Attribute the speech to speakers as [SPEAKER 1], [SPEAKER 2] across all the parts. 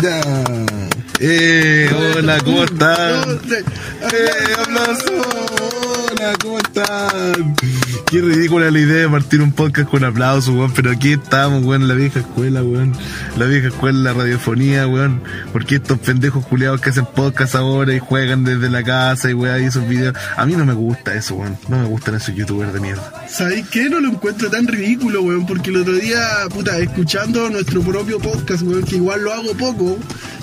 [SPEAKER 1] Ya. Eh, hola, ¿cómo están? Eh, aplauso. Hola, ¿cómo están? Qué ridícula la idea de partir un podcast con aplausos, weón. Pero aquí estamos, weón, la vieja escuela, weón. La vieja escuela, la radiofonía, weón. Porque estos pendejos culiados que hacen podcast ahora y juegan desde la casa y weón, y esos videos. A mí no me gusta eso, weón. No me gustan esos youtubers de mierda.
[SPEAKER 2] ¿Sabéis qué? No lo encuentro tan ridículo, weón, porque el otro día, puta, escuchando nuestro propio podcast, weón, que igual lo hago poco,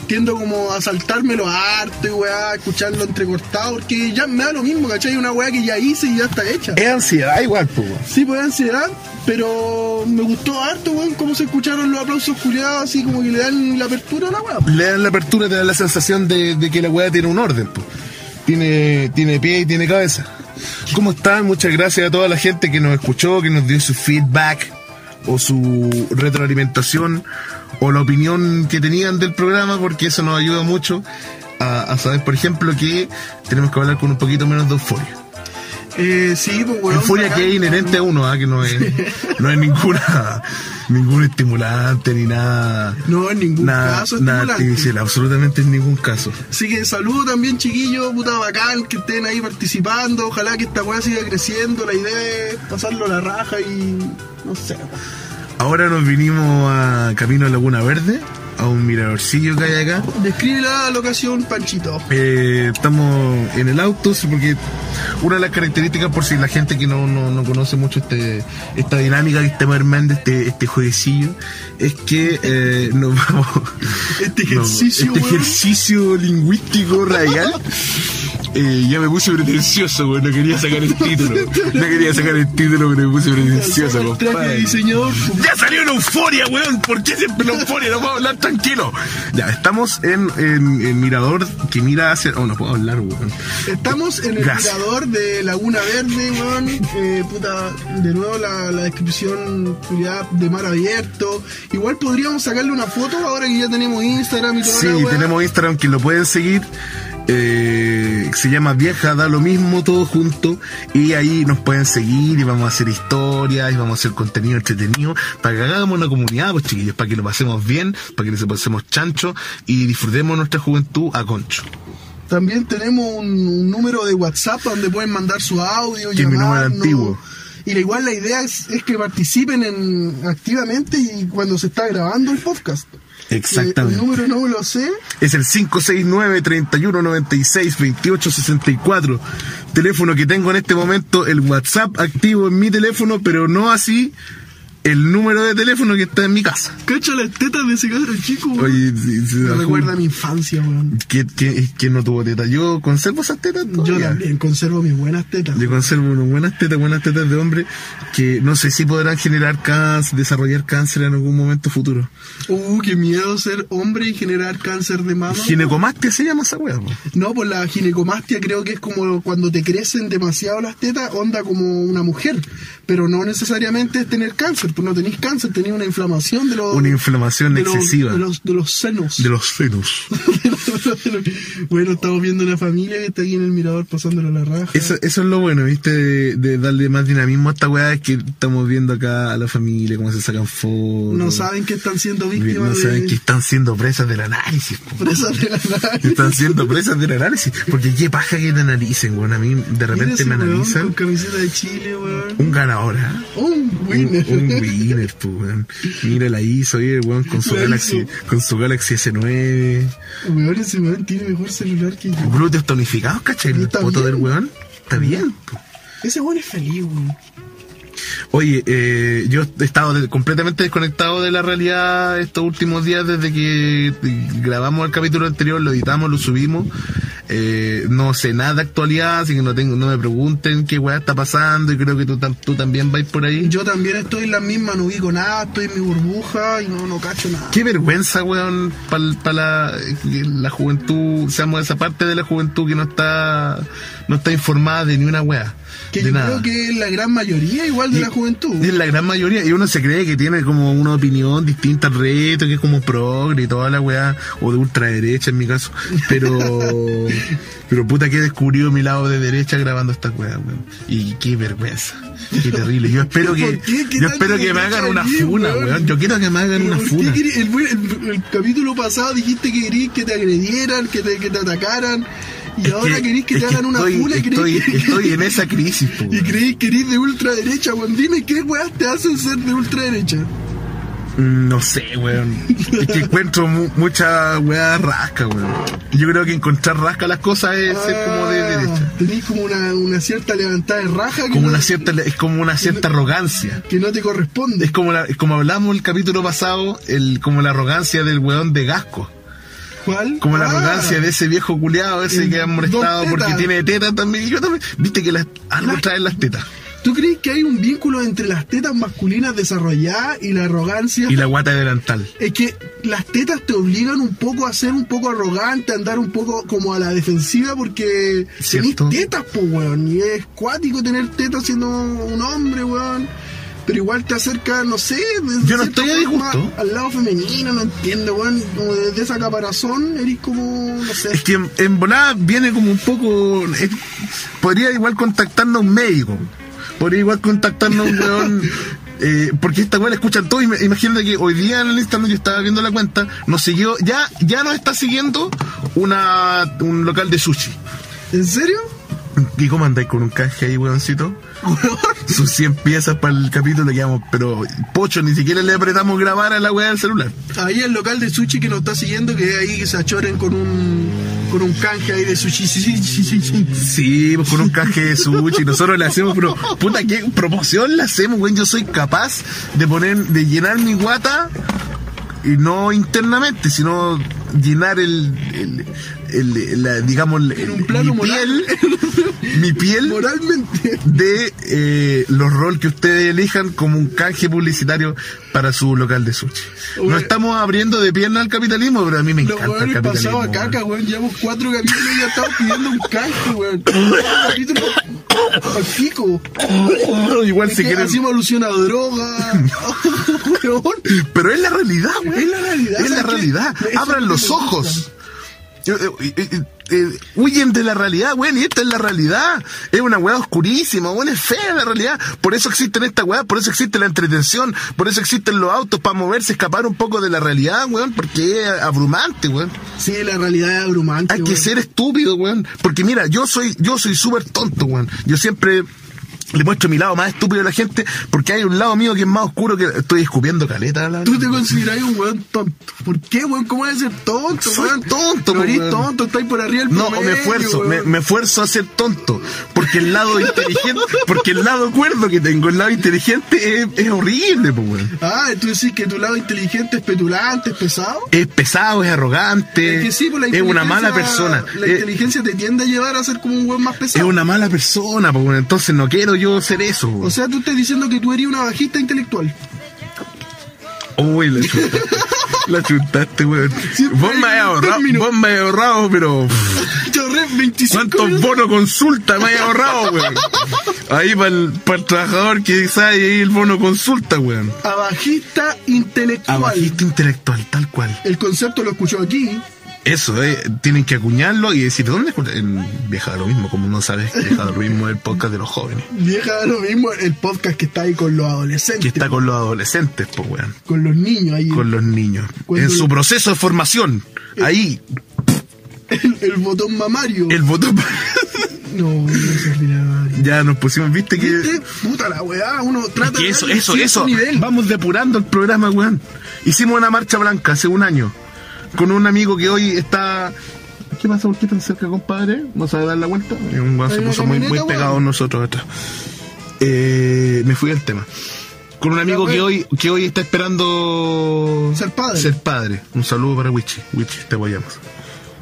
[SPEAKER 2] tiendo como a saltármelo harto y weá, escucharlo entrecortado, porque ya me da lo mismo, ¿cachai? Una weá que ya hice y ya está hecha.
[SPEAKER 1] Es ansiedad igual, pues, weón.
[SPEAKER 2] Sí, pues ansiedad, pero me gustó harto, weón, cómo se escucharon los aplausos culiados, así como que le dan la apertura a la weá.
[SPEAKER 1] le dan la apertura, te dan la sensación de, de que la weá tiene un orden, po. Tiene, tiene pie y tiene cabeza. ¿Cómo están? Muchas gracias a toda la gente que nos escuchó, que nos dio su feedback o su retroalimentación o la opinión que tenían del programa, porque eso nos ayuda mucho a, a saber, por ejemplo, que tenemos que hablar con un poquito menos de euforia.
[SPEAKER 2] Eh, sí, pues weón.
[SPEAKER 1] Euforia
[SPEAKER 2] bacán,
[SPEAKER 1] que es
[SPEAKER 2] weón.
[SPEAKER 1] inherente a uno, ah, que no es, no es ninguna, ningún estimulante ni nada.
[SPEAKER 2] No, en ningún
[SPEAKER 1] Nada,
[SPEAKER 2] caso.
[SPEAKER 1] nada
[SPEAKER 2] estimulante.
[SPEAKER 1] artificial, absolutamente en ningún caso.
[SPEAKER 2] Así que saludo también, chiquillos, puta bacán, que estén ahí participando. Ojalá que esta weá siga creciendo. La idea es pasarlo a la raja y. No sé.
[SPEAKER 1] Ahora nos vinimos a Camino a Laguna Verde, a un miradorcillo que hay acá.
[SPEAKER 2] Describe la locación, Panchito.
[SPEAKER 1] Eh, estamos en el auto, sí, porque una de las características, por si la gente que no, no- no conoce mucho este, esta dinámica que está mermando este, este jueguecillo, es que eh, nos vamos.
[SPEAKER 2] Este
[SPEAKER 1] no,
[SPEAKER 2] ejercicio,
[SPEAKER 1] este
[SPEAKER 2] weón.
[SPEAKER 1] ejercicio lingüístico radial. eh, ya me puse pretencioso, weón. No quería sacar el título. No quería sacar el título, pero me puse pretencioso,
[SPEAKER 2] El traje de
[SPEAKER 1] compadre.
[SPEAKER 2] diseñador. pu-
[SPEAKER 1] Ya salió una euforia, weón. ¿Por qué siempre la euforia? No puedo hablar tranquilo. Ya, estamos en, en, en Mirador que mira hacia. Oh, no puedo hablar, weón.
[SPEAKER 2] Estamos en el
[SPEAKER 1] Gracias.
[SPEAKER 2] mirador de Laguna Verde, weón. Eh, puta, de nuevo la, la descripción culiada, de mar abierto. Igual podríamos sacarle una foto ahora que ya tenemos Instagram y todo.
[SPEAKER 1] Sí, tenemos Instagram que lo pueden seguir. eh, se llama Vieja, da lo mismo todo junto. Y ahí nos pueden seguir y vamos a hacer historias y vamos a hacer contenido entretenido para que hagamos una comunidad, pues chiquillos, para que lo pasemos bien, para que nos pasemos chancho y disfrutemos nuestra juventud a concho.
[SPEAKER 2] También tenemos un, un número de WhatsApp donde pueden mandar su audio,
[SPEAKER 1] Que es mi número
[SPEAKER 2] llamarnos.
[SPEAKER 1] antiguo.
[SPEAKER 2] Y la- igual la idea es, es que participen en, activamente y cuando se está grabando el podcast. Eh, el número no lo sé.
[SPEAKER 1] Es el 569-3196-2864. Teléfono que tengo en este momento, el WhatsApp activo en mi teléfono, pero no así el número de teléfono que está en mi casa.
[SPEAKER 2] Cacha las tetas de ese cabro chico. weón.
[SPEAKER 1] Oye, si- si-
[SPEAKER 2] Me recuerda a mi infancia, weón.
[SPEAKER 1] ¿Quién- quién- quién no tuvo teta? Yo conservo esas tetas.
[SPEAKER 2] Yo
[SPEAKER 1] todavía.
[SPEAKER 2] también conservo mis buenas tetas.
[SPEAKER 1] Yo conservo unas buenas tetas, buenas tetas de hombre que no sé si podrán generar cáncer, desarrollar cáncer en algún momento futuro.
[SPEAKER 2] Uh, qué miedo ser hombre y generar cáncer de mama.
[SPEAKER 1] Ginecomastia se llama esa wea, po.
[SPEAKER 2] no, pues la ginecomastia creo que es como cuando te crecen demasiado las tetas, onda como una mujer. Pero no necesariamente es tener cáncer, pues no tenéis cáncer, tenéis una inflamación de los...
[SPEAKER 1] Una inflamación
[SPEAKER 2] Oh, de los-
[SPEAKER 1] excesiva
[SPEAKER 2] de los, de los senos.
[SPEAKER 1] de los senos.
[SPEAKER 2] bueno, estamos viendo una familia que está aquí en el mirador pasándolo la raja.
[SPEAKER 1] Eso, eso es lo bueno, ¿viste? De, de darle más dinamismo a esta weá, es que estamos viendo acá a la familia, cómo se sacan fotos.
[SPEAKER 2] no saben que están siendo
[SPEAKER 1] Vi-
[SPEAKER 2] víctimas
[SPEAKER 1] No saben
[SPEAKER 2] de...
[SPEAKER 1] que están siendo presas del análisis, po.
[SPEAKER 2] presas de la nave.
[SPEAKER 1] Están siendo presas del análisis. Porque qué paja que te analicen, weón. A mí de
[SPEAKER 2] Mira
[SPEAKER 1] repente
[SPEAKER 2] ese
[SPEAKER 1] me
[SPEAKER 2] weón
[SPEAKER 1] analizan
[SPEAKER 2] Con camiseta de Chile, weón.
[SPEAKER 1] un ganador, ¿ah?
[SPEAKER 2] Un
[SPEAKER 1] Un,
[SPEAKER 2] winner.
[SPEAKER 1] un winner, po, weón. Mira la hizo, oye, weón, con su
[SPEAKER 2] La
[SPEAKER 1] Galaxy, con su Galaxy S9.
[SPEAKER 2] Weón, ese weón tiene mejor celular que yo.
[SPEAKER 1] Glúteos tonificados, ¿cachai? El
[SPEAKER 2] Está
[SPEAKER 1] foto
[SPEAKER 2] bien.
[SPEAKER 1] del weón. Está bien, po.
[SPEAKER 2] Ese weón es feliz, weón.
[SPEAKER 1] Oye, eh, yo he estado de- completamente desconectado de la realidad estos últimos días desde que grabamos el capítulo anterior, lo editamos, lo subimos. Eh, no sé nada de actualidad, así que no tengo, no me pregunten qué weá está pasando y creo que tú, tam- tú también vais por ahí.
[SPEAKER 2] Yo también estoy en la misma, no ubico nada, estoy en mi burbuja y no, no cacho nada.
[SPEAKER 1] Qué vergüenza, weón, para la, la juventud, seamos esa parte de la juventud que no está, no está informada de ni una weá.
[SPEAKER 2] Que
[SPEAKER 1] de
[SPEAKER 2] yo
[SPEAKER 1] nada.
[SPEAKER 2] creo que es la gran mayoría igual de
[SPEAKER 1] Y-
[SPEAKER 2] la juventud.
[SPEAKER 1] Es la gran mayoría. Y uno se cree que tiene como una opinión distinta al reto, que es como progre y toda la weá, o de ultraderecha en mi caso. Pero. pero puta que descubrió mi lado de derecha grabando esta weá, weón. Y qué vergüenza. Qué terrible. Yo espero que.
[SPEAKER 2] ¿Por qué? ¿Qué
[SPEAKER 1] Yo
[SPEAKER 2] tanto
[SPEAKER 1] espero que me
[SPEAKER 2] derecha
[SPEAKER 1] hagan una
[SPEAKER 2] aquí,
[SPEAKER 1] funa,
[SPEAKER 2] weón?
[SPEAKER 1] weón. Yo quiero que me hagan
[SPEAKER 2] Pero
[SPEAKER 1] una
[SPEAKER 2] ¿por qué
[SPEAKER 1] funa.
[SPEAKER 2] querí- el, el- el capítulo pasado dijiste que querías que te agredieran, que te, que te atacaran, y
[SPEAKER 1] Es
[SPEAKER 2] ahora querís que
[SPEAKER 1] es
[SPEAKER 2] te hagan una
[SPEAKER 1] estoy,
[SPEAKER 2] funa y creís
[SPEAKER 1] estoy,
[SPEAKER 2] que-
[SPEAKER 1] estoy en esa crisis, po,
[SPEAKER 2] Y
[SPEAKER 1] weón.
[SPEAKER 2] creí que eres de ultraderecha, weón. Dime qué weas te hacen ser de ultraderecha.
[SPEAKER 1] Mm, No sé, weón. Es que encuentro mu- mucha weá rasca, weón. Yo creo que encontrar rasca las cosas es ser como de
[SPEAKER 2] Ah,
[SPEAKER 1] derecha.
[SPEAKER 2] Tenés como una, una cierta levantada de raja que,
[SPEAKER 1] Como
[SPEAKER 2] no,
[SPEAKER 1] una cierta, es como una cierta arrogancia.
[SPEAKER 2] que no te corresponde.
[SPEAKER 1] Es como, la- es como hablamos el capítulo pasado, el, como la arrogancia del weón de Gasco.
[SPEAKER 2] ¿Cuál?
[SPEAKER 1] Como la
[SPEAKER 2] Ah,
[SPEAKER 1] arrogancia de ese viejo culiado, ese
[SPEAKER 2] El
[SPEAKER 1] que han molestado
[SPEAKER 2] dos
[SPEAKER 1] porque
[SPEAKER 2] tetas.
[SPEAKER 1] tiene tetas también. Y yo también. Viste que las, algo traen las tetas.
[SPEAKER 2] ¿Tú crees que hay un vínculo entre las tetas masculinas desarrolladas y la arrogancia?
[SPEAKER 1] Y la guata de delantal.
[SPEAKER 2] Es que las tetas te obligan un poco a ser un poco arrogante, a andar un poco como a la defensiva, porque tenés
[SPEAKER 1] Cierto.
[SPEAKER 2] tetas, pues, weón. Y es cuático tener tetas siendo un hombre, weón. Pero igual te acerca, no sé. de
[SPEAKER 1] Yo no
[SPEAKER 2] cierta
[SPEAKER 1] estoy a
[SPEAKER 2] forma
[SPEAKER 1] disgusto.
[SPEAKER 2] Al lado femenino, no entiendo, weón. Como desde esa caparazón, eres como, no sé.
[SPEAKER 1] Es que en, en volada viene como un poco. es- podría igual contactarnos un médico. Podría igual contactarnos un weón. eh, porque esta weá la escuchan todos. Ima- Imagínate que hoy día en el Instagram yo estaba viendo la cuenta. Nos siguió. Ya, ya nos está siguiendo una, un local de sushi.
[SPEAKER 2] ¿En serio?
[SPEAKER 1] ¿Y cómo andáis con un canje ahí, weoncito? Sus 100 piezas para el capítulo que vamos. Pero, pocho, ni siquiera le apretamos grabar a la weá del celular.
[SPEAKER 2] Ahí el local de sushi que nos está siguiendo, que ahí se achoren con un. Con un canje ahí de sushi. Sí, sí, sí, sí, sí.
[SPEAKER 1] Sí, pues, con un caje de sushi. Nosotros le hacemos, pero puta, qué promoción le hacemos, güey. Yo soy capaz de poner, de llenar mi guata, y no internamente, sino llenar el, el- el- la- digamos, el-
[SPEAKER 2] En un plano
[SPEAKER 1] mi
[SPEAKER 2] moral.
[SPEAKER 1] piel, mi piel
[SPEAKER 2] Moralmente.
[SPEAKER 1] de eh, los rol que ustedes elijan como un canje publicitario para su local de sushi. No
[SPEAKER 2] Bueno.
[SPEAKER 1] estamos abriendo de pierna al capitalismo, pero a mí me
[SPEAKER 2] Los
[SPEAKER 1] encanta el
[SPEAKER 2] hueones
[SPEAKER 1] capitalismo.
[SPEAKER 2] pasaban a
[SPEAKER 1] güey.
[SPEAKER 2] caca, weón. Llevamos cuatro capítulos y ya estamos pidiendo un canje, weón. Cuatro capítulos al pico.
[SPEAKER 1] Igual
[SPEAKER 2] Es
[SPEAKER 1] si
[SPEAKER 2] que
[SPEAKER 1] quieren...
[SPEAKER 2] Hacemos alusión a droga. Weón.
[SPEAKER 1] Pero es la realidad, güey.
[SPEAKER 2] Es la realidad,
[SPEAKER 1] Es la
[SPEAKER 2] ¿sabes qué?
[SPEAKER 1] realidad.
[SPEAKER 2] Eso es lo que
[SPEAKER 1] Abran
[SPEAKER 2] me
[SPEAKER 1] los
[SPEAKER 2] gusta.
[SPEAKER 1] ojos. Eh, eh, eh, eh, huyen de la realidad, güey. Y esta es la realidad. Es una weá oscurísima, güey. Es fea la realidad. Por eso existen estas weá, por eso existe la entretención, por eso existen los autos para moverse, escapar un poco de la realidad, güey. Porque es abrumante, güey.
[SPEAKER 2] Sí, la realidad es abrumante.
[SPEAKER 1] Hay que
[SPEAKER 2] weón.
[SPEAKER 1] ser estúpido, weón. Porque mira, yo soy, yo soy súper tonto, weón. Yo siempre le muestro mi lado más estúpido a la gente porque hay un lado mío que es más oscuro que estoy escupiendo caleta. La...
[SPEAKER 2] Tú te considerás un weón tonto. ¿Por qué, weón? ¿Cómo vas a ser tonto,
[SPEAKER 1] Soy
[SPEAKER 2] weón?
[SPEAKER 1] tonto, pues,
[SPEAKER 2] Pero eres
[SPEAKER 1] weón.
[SPEAKER 2] tonto, estáis por arriba del
[SPEAKER 1] No,
[SPEAKER 2] promedio,
[SPEAKER 1] me esfuerzo, me,
[SPEAKER 2] weón.
[SPEAKER 1] me esfuerzo a ser tonto, porque el lado inteligente, porque el lado cuerdo que tengo, el lado inteligente es, es horrible, pues, weón.
[SPEAKER 2] Ah, tú decís que tu lado inteligente es petulante, es pesado.
[SPEAKER 1] Es pesado, es arrogante,
[SPEAKER 2] Es que sí, pues, la
[SPEAKER 1] Eh, es una
[SPEAKER 2] inteligencia-
[SPEAKER 1] mala persona.
[SPEAKER 2] La
[SPEAKER 1] es-
[SPEAKER 2] inteligencia te tiende a llevar a ser como un weón más pesado.
[SPEAKER 1] es una mala persona, pues, weón. entonces no quiero yo ser eso. weón.
[SPEAKER 2] O sea, tú estás diciendo que tú eres una bajista intelectual.
[SPEAKER 1] Uy, la chuntaste. la chuntaste, weón.
[SPEAKER 2] Siempre
[SPEAKER 1] vos
[SPEAKER 2] hay
[SPEAKER 1] me has
[SPEAKER 2] un
[SPEAKER 1] ahorrado,
[SPEAKER 2] término.
[SPEAKER 1] vos me has ahorrado, pero. pff,
[SPEAKER 2] Chorré 25
[SPEAKER 1] ¿Cuántos
[SPEAKER 2] minutos.
[SPEAKER 1] bonos consulta me has ahorrado, weón? Ahí para el, trabajador que sabe ahí el bono consulta, weón.
[SPEAKER 2] A bajista intelectual.
[SPEAKER 1] Abajista intelectual, tal cual.
[SPEAKER 2] El concepto lo escuchó aquí.
[SPEAKER 1] Eso, eh, tienen que acuñarlo y decir, ¿dónde? escucha-? En Vieja de lo mismo, como no sabes, Vieja de lo mismo es el podcast de los jóvenes,
[SPEAKER 2] Vieja da lo mismo el podcast que está ahí con los
[SPEAKER 1] que
[SPEAKER 2] adolescentes.
[SPEAKER 1] está con los adolescentes, pues, weón.
[SPEAKER 2] Con los niños ahí.
[SPEAKER 1] Con los niños.
[SPEAKER 2] Cuando
[SPEAKER 1] En su
[SPEAKER 2] lo-
[SPEAKER 1] proceso de formación. Ahí,
[SPEAKER 2] El, el botón mamario.
[SPEAKER 1] el botón.
[SPEAKER 2] No, no es ordinario.
[SPEAKER 1] ya nos pusimos, viste que.
[SPEAKER 2] ¿Viste? Puta la weá, uno trata
[SPEAKER 1] Que
[SPEAKER 2] de
[SPEAKER 1] eso,
[SPEAKER 2] darle
[SPEAKER 1] eso,
[SPEAKER 2] cierto
[SPEAKER 1] eso.
[SPEAKER 2] nivel.
[SPEAKER 1] Vamos depurando el programa, weón. Hicimos una marcha blanca hace un año con un amigo que hoy está. ¿Qué pasa? ¿Por qué tan cerca, compadre? ¿Vamos a dar la vuelta? Y un weón
[SPEAKER 2] Hay
[SPEAKER 1] se
[SPEAKER 2] una
[SPEAKER 1] puso muy, muy
[SPEAKER 2] camioneta,
[SPEAKER 1] pegado a
[SPEAKER 2] weón.
[SPEAKER 1] nosotros atrás. Eh, me fui del tema. Con un amigo que
[SPEAKER 2] weón.
[SPEAKER 1] hoy, que hoy está esperando
[SPEAKER 2] pues. Ser padre.
[SPEAKER 1] Ser padre. Un saludo para Wichi. Wichi, te apoyamos.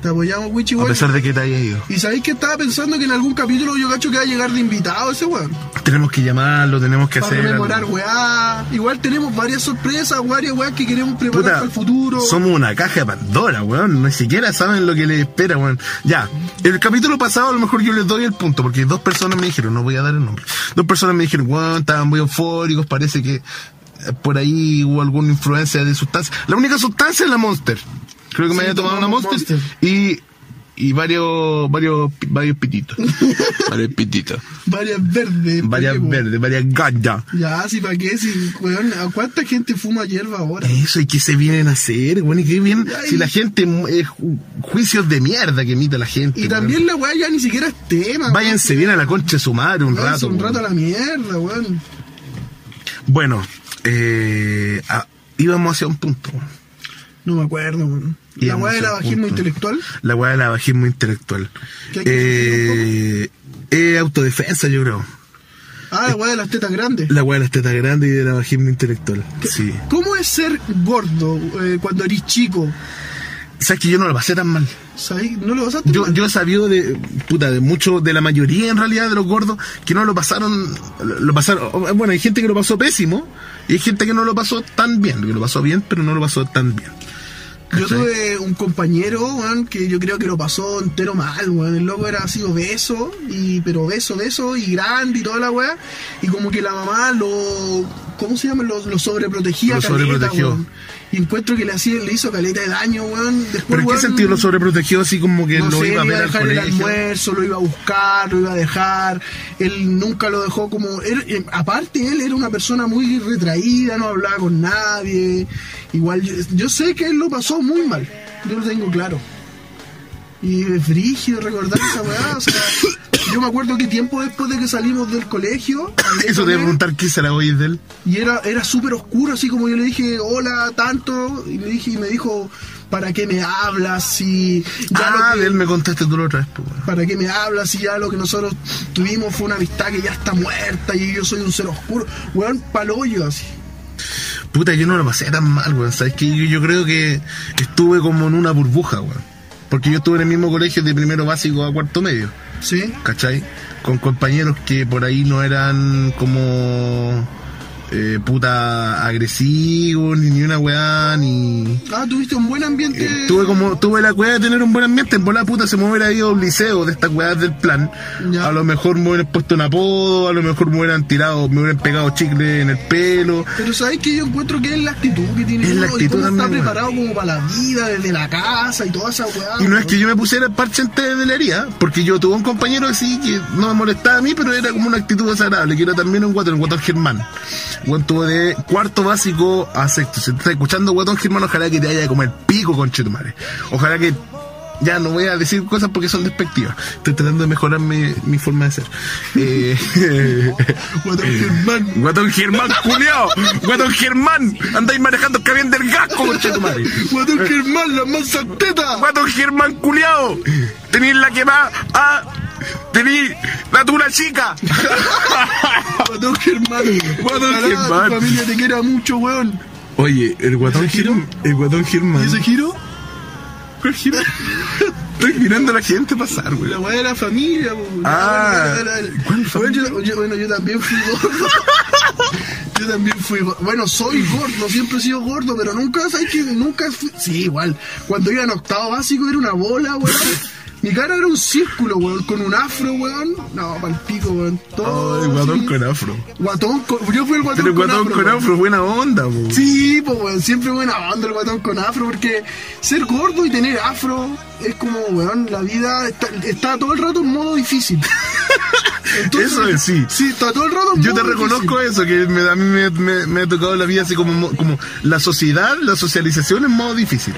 [SPEAKER 2] Te apoyamos, Wichi,
[SPEAKER 1] A
[SPEAKER 2] weón.
[SPEAKER 1] pesar de que te haya ido.
[SPEAKER 2] Y sabéis que estaba pensando que en algún capítulo yo cacho que va a llegar de invitado ese weón.
[SPEAKER 1] Tenemos que llamarlo, tenemos que
[SPEAKER 2] Para
[SPEAKER 1] hacer. algo.
[SPEAKER 2] rememorar, weá. Igual tenemos varias sorpresas, varias weas que queremos preparar
[SPEAKER 1] Puta,
[SPEAKER 2] para el futuro.
[SPEAKER 1] Somos una caja de Pandora, weón. Ni siquiera saben lo que les espera, weón. Ya, el capítulo pasado a lo mejor yo les doy el punto, porque dos personas me dijeron, no voy a dar el nombre. Dos personas me dijeron, weón, estaban muy eufóricos, parece que eh, por ahí hubo alguna influencia de sustancia. La única sustancia es la Monster. Creo que me
[SPEAKER 2] Sí,
[SPEAKER 1] había tomado una
[SPEAKER 2] tomamos
[SPEAKER 1] Monster,
[SPEAKER 2] Monster.
[SPEAKER 1] y y varios varios varios pititos. varios pititos.
[SPEAKER 2] Varias verdes.
[SPEAKER 1] Varias
[SPEAKER 2] porque, weón.
[SPEAKER 1] verdes, varias gallas.
[SPEAKER 2] Ya, sí, ¿para qué? Sí, weón, ¿a cuánta gente fuma hierba ahora?
[SPEAKER 1] Eso, ¿y qué se vienen a hacer, güey? ¿Y qué vienen?
[SPEAKER 2] Ay.
[SPEAKER 1] Si la gente. eh, ju- juicios de mierda que emite la gente.
[SPEAKER 2] Y
[SPEAKER 1] güey.
[SPEAKER 2] también la weá ya ni siquiera es tema. weón.
[SPEAKER 1] Eh, Váyanse bien a la concha de su madre un
[SPEAKER 2] Váyanse
[SPEAKER 1] rato.
[SPEAKER 2] Un
[SPEAKER 1] güey.
[SPEAKER 2] rato a la mierda, weón.
[SPEAKER 1] Bueno, eh, ah, íbamos hacia un punto. güey.
[SPEAKER 2] No me acuerdo, weón. La
[SPEAKER 1] Íbamos
[SPEAKER 2] weá del
[SPEAKER 1] hacia un
[SPEAKER 2] abajismo
[SPEAKER 1] punto.
[SPEAKER 2] intelectual.
[SPEAKER 1] La weá del abajismo intelectual.
[SPEAKER 2] ¿Qué hay que
[SPEAKER 1] Eh, eh, autodefensa, yo creo.
[SPEAKER 2] Ah,
[SPEAKER 1] Eh,
[SPEAKER 2] la weá de las tetas grandes.
[SPEAKER 1] La weá de las tetas grandes y del abajismo intelectual. Sí.
[SPEAKER 2] ¿Cómo es ser gordo eh, cuando eres chico?
[SPEAKER 1] Sabes que yo no la pasé tan mal.
[SPEAKER 2] ¿Sabes? ¿No lo pasaste
[SPEAKER 1] Yo,
[SPEAKER 2] mal?
[SPEAKER 1] yo he sabido de, puta, de muchos, de la mayoría en realidad de los gordos que no lo pasaron, lo pasaron, bueno, hay gente que lo pasó pésimo y hay gente que no lo pasó tan bien, que lo pasó bien, pero no lo pasó tan bien.
[SPEAKER 2] Pues Yo
[SPEAKER 1] ¿Cachai?
[SPEAKER 2] tuve un compañero, weón, que yo creo que lo pasó entero mal, weón. El loco era así obeso, y, pero obeso, obeso, y grande y toda la weá. Y como que la mamá lo. ¿Cómo se llama? Lo, lo sobreprotegía.
[SPEAKER 1] Lo
[SPEAKER 2] caleta,
[SPEAKER 1] sobreprotegió.
[SPEAKER 2] weón. Y encuentro que le, hacía, le hizo caleta de daño, weón. Después,
[SPEAKER 1] Pero en qué
[SPEAKER 2] weón,
[SPEAKER 1] sentido lo sobreprotegió así como que
[SPEAKER 2] no
[SPEAKER 1] lo
[SPEAKER 2] sé,
[SPEAKER 1] iba a ver al
[SPEAKER 2] dejar el
[SPEAKER 1] colegio.
[SPEAKER 2] almuerzo, lo iba a buscar, lo iba a dejar. Él nunca lo dejó como. él- eh, aparte, él era una persona muy retraída, no hablaba con nadie. Igual, yo, yo sé que él lo pasó muy mal. Yo lo tengo claro. Y es frígido recordar esa weá. O sea, yo me acuerdo que tiempo después de que salimos del colegio. hablé
[SPEAKER 1] Eso
[SPEAKER 2] con
[SPEAKER 1] te voy a
[SPEAKER 2] él.
[SPEAKER 1] preguntar qué será hoy de él.
[SPEAKER 2] Y era, era súper oscuro, así como yo le dije, hola, tanto. Y, le dije, y me dijo, ¿para qué me hablas? Si ya lo
[SPEAKER 1] ah,
[SPEAKER 2] que-
[SPEAKER 1] de él me contaste tú la otra vez, pues, bueno.
[SPEAKER 2] ¿Para qué me hablas si ya lo que nosotros tuvimos fue una amistad que ya está muerta y yo soy un ser oscuro? Weón, paloyo así.
[SPEAKER 1] Puta, yo no lo pasé tan mal, weón. Sabes que yo, yo creo que estuve como en una burbuja, weón. Porque yo estuve en el mismo colegio de primero básico a cuarto medio.
[SPEAKER 2] ¿Sí?
[SPEAKER 1] ¿cachai? Con compañeros que por ahí no eran como eh, puta agresivos, ni, ni una weá, ni...
[SPEAKER 2] Ah, tuviste un buen ambiente.
[SPEAKER 1] Eh, tuve como tuve la weá de tener un buen ambiente, en bola puta se me hubiera ido a un liceo de estas weas del plan.
[SPEAKER 2] Ya.
[SPEAKER 1] A lo mejor me hubieran puesto un apodo, a lo mejor me hubieran tirado, me hubieran pegado chicle en el pelo.
[SPEAKER 2] Pero sabes que yo encuentro que es la actitud que tiene
[SPEAKER 1] Es la
[SPEAKER 2] uno y
[SPEAKER 1] actitud
[SPEAKER 2] cómo está
[SPEAKER 1] también,
[SPEAKER 2] preparado como para la vida, desde la casa y toda esa weá.
[SPEAKER 1] Y no es que yo me pusiera el parche en telería, porque yo tuve un compañero así que no me molestaba a mí, pero era como una actitud desagradable, que era también un guatón, un guatón germán. Guatón tuvo de cuarto básico a sexto. Si te estás escuchando guatón germán, ojalá que te haya como el pico con madre. Ojalá que. Ya no voy a decir cosas porque son despectivas. Estoy tratando de mejorar mi, mi forma de ser. Eh,
[SPEAKER 2] Guatón Germán.
[SPEAKER 1] guatón Germán, culiao. Guatón Germán. Andáis manejando que del gasco, conchetumare.
[SPEAKER 2] Guatón
[SPEAKER 1] Eh.
[SPEAKER 2] Germán, la mansa teta.
[SPEAKER 1] Guato Germán culiao. Tenís la que va a. Tenís la tula chica.
[SPEAKER 2] Guatón Germán.
[SPEAKER 1] Guatón
[SPEAKER 2] Ojalá
[SPEAKER 1] Germán.
[SPEAKER 2] Tu familia te quiera mucho, weón.
[SPEAKER 1] Oye, el guatón
[SPEAKER 2] ¿Ese
[SPEAKER 1] Germán. El guatón
[SPEAKER 2] ¿Y
[SPEAKER 1] Germán.
[SPEAKER 2] ese giro?
[SPEAKER 1] ¿Cuál Germán? Estoy mirando a la gente pasar, güey.
[SPEAKER 2] La weá de la familia, po.
[SPEAKER 1] Ah,
[SPEAKER 2] La weá de la- la-
[SPEAKER 1] ¿cuál
[SPEAKER 2] Bueno,
[SPEAKER 1] familia?
[SPEAKER 2] yo, yo- bueno, yo también fui gordo. yo también fui gordo. Bueno, soy gordo, siempre he sido gordo, pero nunca, ¿sabes que Nunca fui. Sí, igual. Cuando iba en octavo básico era una bola, weón. Mi cara era un círculo, weón, con un afro, weón. No, pal pico, weón. Todo.
[SPEAKER 1] Ay, guatón
[SPEAKER 2] así.
[SPEAKER 1] con afro.
[SPEAKER 2] Guatón con- Yo fui Oh, el guatón
[SPEAKER 1] Pero el
[SPEAKER 2] con
[SPEAKER 1] guatón
[SPEAKER 2] afro,
[SPEAKER 1] con
[SPEAKER 2] weón.
[SPEAKER 1] afro, buena onda, güey.
[SPEAKER 2] Sí, pues weón, siempre buena onda el guatón con afro, porque ser gordo y tener afro es como, weón, la vida está, está todo el rato en modo difícil.
[SPEAKER 1] Eso es, sí.
[SPEAKER 2] Sí, está todo el rato en
[SPEAKER 1] Yo te
[SPEAKER 2] modo
[SPEAKER 1] reconozco
[SPEAKER 2] difícil.
[SPEAKER 1] eso, que me, a mí me, me- me ha tocado la vida así como, mo- como la sociedad, la socialización es modo difícil.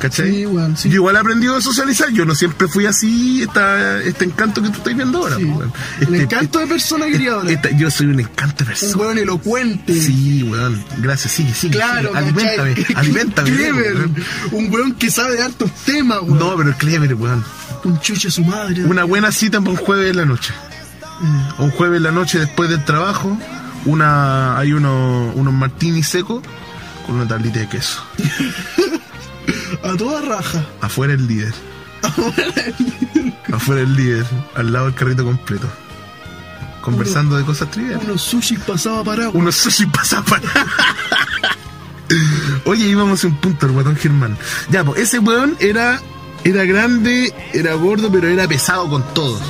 [SPEAKER 1] ¿Cachai?
[SPEAKER 2] Sí, weón, sí.
[SPEAKER 1] eh. Yo igual he aprendido a socializar, yo no siempre fui así, esta, este encanto que tú estás viendo ahora.
[SPEAKER 2] Sí.
[SPEAKER 1] pues, weón. Este-
[SPEAKER 2] El encanto de persona criadora.
[SPEAKER 1] esta- yo soy un encanto de
[SPEAKER 2] Un
[SPEAKER 1] persona.
[SPEAKER 2] weón elocuente.
[SPEAKER 1] Sí, weón, gracias, sigue, sigue.
[SPEAKER 2] Claro,
[SPEAKER 1] sigue. alimentame,
[SPEAKER 2] ¿cachai?
[SPEAKER 1] alimentame.
[SPEAKER 2] Clever.
[SPEAKER 1] weón.
[SPEAKER 2] Un weón que sabe de hartos temas, weón.
[SPEAKER 1] No, pero clever, weón.
[SPEAKER 2] Un chuche su madre.
[SPEAKER 1] Una buena cita para un jueves en la noche.
[SPEAKER 2] Mm.
[SPEAKER 1] Un jueves en la noche después del trabajo, una hay uno, unos martinis secos con una tablita de queso.
[SPEAKER 2] A toda raja.
[SPEAKER 1] Afuera el líder.
[SPEAKER 2] A
[SPEAKER 1] Afuera el líder, al lado del carrito completo. Conversando de cosas triviales.
[SPEAKER 2] Unos sushi pasaba para
[SPEAKER 1] Unos sushi pasapan. Oye, íbamos en punto, el guatón Germán. Ya, pues ese weón era, era grande, era gordo, pero era pesado con todos.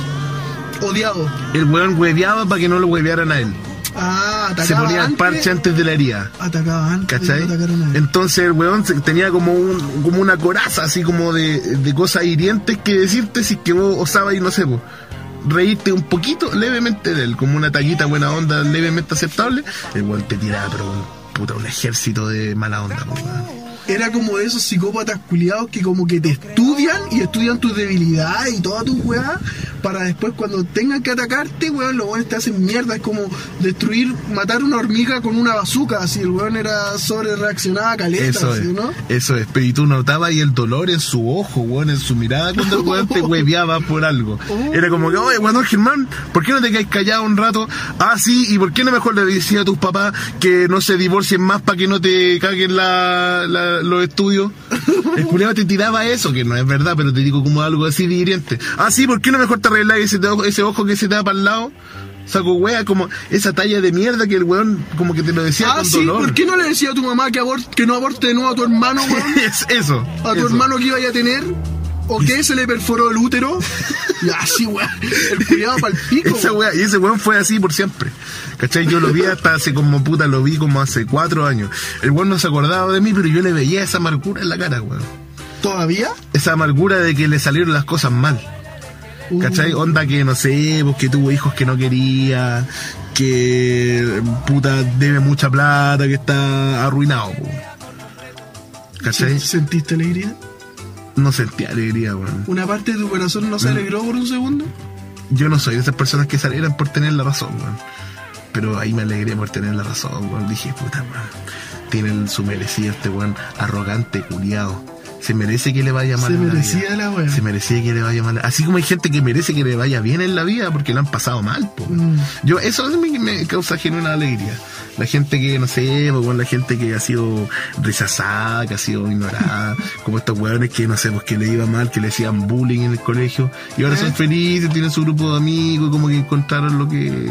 [SPEAKER 2] odiado.
[SPEAKER 1] El weón hueveaba para que no lo huevearan a él.
[SPEAKER 2] Ah, atacaba
[SPEAKER 1] Se ponía el
[SPEAKER 2] antes,
[SPEAKER 1] parche antes de la herida.
[SPEAKER 2] Atacaba antes.
[SPEAKER 1] ¿Cachai?
[SPEAKER 2] y no atacaron a él.
[SPEAKER 1] Entonces el weón se- tenía como un, como una coraza, así como de, de cosas hirientes que decirte si es que vos osabas y no sé, vos, reírte un poquito levemente de él, como una taquita buena onda, levemente aceptable. El weón te tiraba, pero un, puta, un ejército de mala onda, po, weón.
[SPEAKER 2] Era como de esos psicópatas culiados que como que te estudian y estudian tus debilidades y todas tus weas para después cuando tengan que atacarte, weón, los weones te hacen mierda. Es como destruir, matar una hormiga con una bazooka. Así el weón era sobre reaccionada caleta,
[SPEAKER 1] Eso
[SPEAKER 2] así,
[SPEAKER 1] es,
[SPEAKER 2] ¿no?
[SPEAKER 1] eso es. Pero y tú notabas y el dolor en su ojo, weón, en su mirada cuando el weón te hueveaba por algo.
[SPEAKER 2] Oh.
[SPEAKER 1] Era como que, oye, weón, Germán, ¿por qué no te quedas callado un rato? Ah, sí, ¿y por qué no mejor le decías a tus papás que no se divorcien más para que no te caguen la, la- los estudios? El culiao te tiraba eso, que no es verdad, pero te digo como algo así de hiriente. Ah, sí, ¿por qué no mejor te arreglas ese, te- ese ojo que se te da para el lado? Saco wea, como esa talla de mierda que el weón como que te lo decía
[SPEAKER 2] Ah,
[SPEAKER 1] con
[SPEAKER 2] sí,
[SPEAKER 1] dolor.
[SPEAKER 2] ¿por qué no le decía a tu mamá que, abor- que no aborte de nuevo a tu hermano, weón?
[SPEAKER 1] Es eso.
[SPEAKER 2] a tu
[SPEAKER 1] eso.
[SPEAKER 2] hermano que iba a tener o que se le perforó el útero y así weón el cuidado para el pico
[SPEAKER 1] Esa
[SPEAKER 2] weón.
[SPEAKER 1] wea- y ese weón fue así por siempre. ¿Cachai? Yo lo vi hasta hace como puta, lo vi como hace cuatro años. El weón no se acordaba de mí, pero yo le veía esa amargura en la cara, weón.
[SPEAKER 2] todavía
[SPEAKER 1] Esa amargura de que le salieron las cosas mal.
[SPEAKER 2] Uh,
[SPEAKER 1] ¿Cachai? Onda que, no sé, pues que tuvo hijos que no quería, que puta debe mucha plata, que está arruinado, po. ¿Cachai?
[SPEAKER 2] ¿sen- sentiste alegría
[SPEAKER 1] No sentía alegría, weón.
[SPEAKER 2] una parte de tu corazón no se
[SPEAKER 1] Mm.
[SPEAKER 2] alegró por un segundo
[SPEAKER 1] Yo no soy de esas personas que salieran por tener la razón, weón. Pero ahí me alegré por tener la razón, weón. Dije, puta, weón. Tienen su merecido este weón arrogante, culiado. Se merece que le vaya mal
[SPEAKER 2] Se
[SPEAKER 1] en la
[SPEAKER 2] merecía
[SPEAKER 1] vida.
[SPEAKER 2] la weá.
[SPEAKER 1] Se merecía que le vaya mal. Así como hay gente que merece que le vaya bien en la vida porque lo han pasado mal, po. Yo, eso es mi- me causa genuina alegría. La gente que, no sé, po, weón, la gente que ha sido rechazada, que ha sido ignorada, como estos weones que, no sé, pues que le iba mal, que le hacían bullying en el colegio y ahora
[SPEAKER 2] ¿Eh?
[SPEAKER 1] son felices, tienen su grupo de amigos, como que encontraron lo que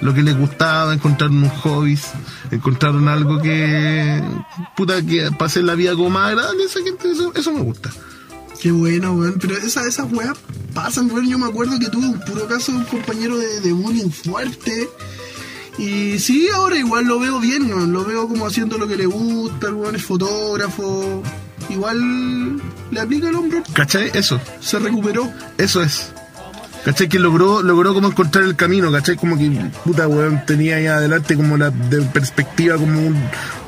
[SPEAKER 1] lo que les gustaba, encontraron un hobby, encontraron algo que puta que pase la vida como más agradable, esa gente eso, eso me gusta.
[SPEAKER 2] qué bueno weón pero esa, esas weas pasan weón yo me acuerdo que tuve un puro caso un compañero de, de bullying fuerte y sí, ahora igual lo veo bien, weón. lo veo como haciendo lo que le gusta, el weón es fotógrafo, igual le aplica el hombro,
[SPEAKER 1] ¿Cachai? Eso,
[SPEAKER 2] se recuperó.
[SPEAKER 1] eso es. ¿Cachai? Que logró, logró como encontrar el camino, ¿cachai? Como que puta weón tenía ahí adelante como la de perspectiva como un,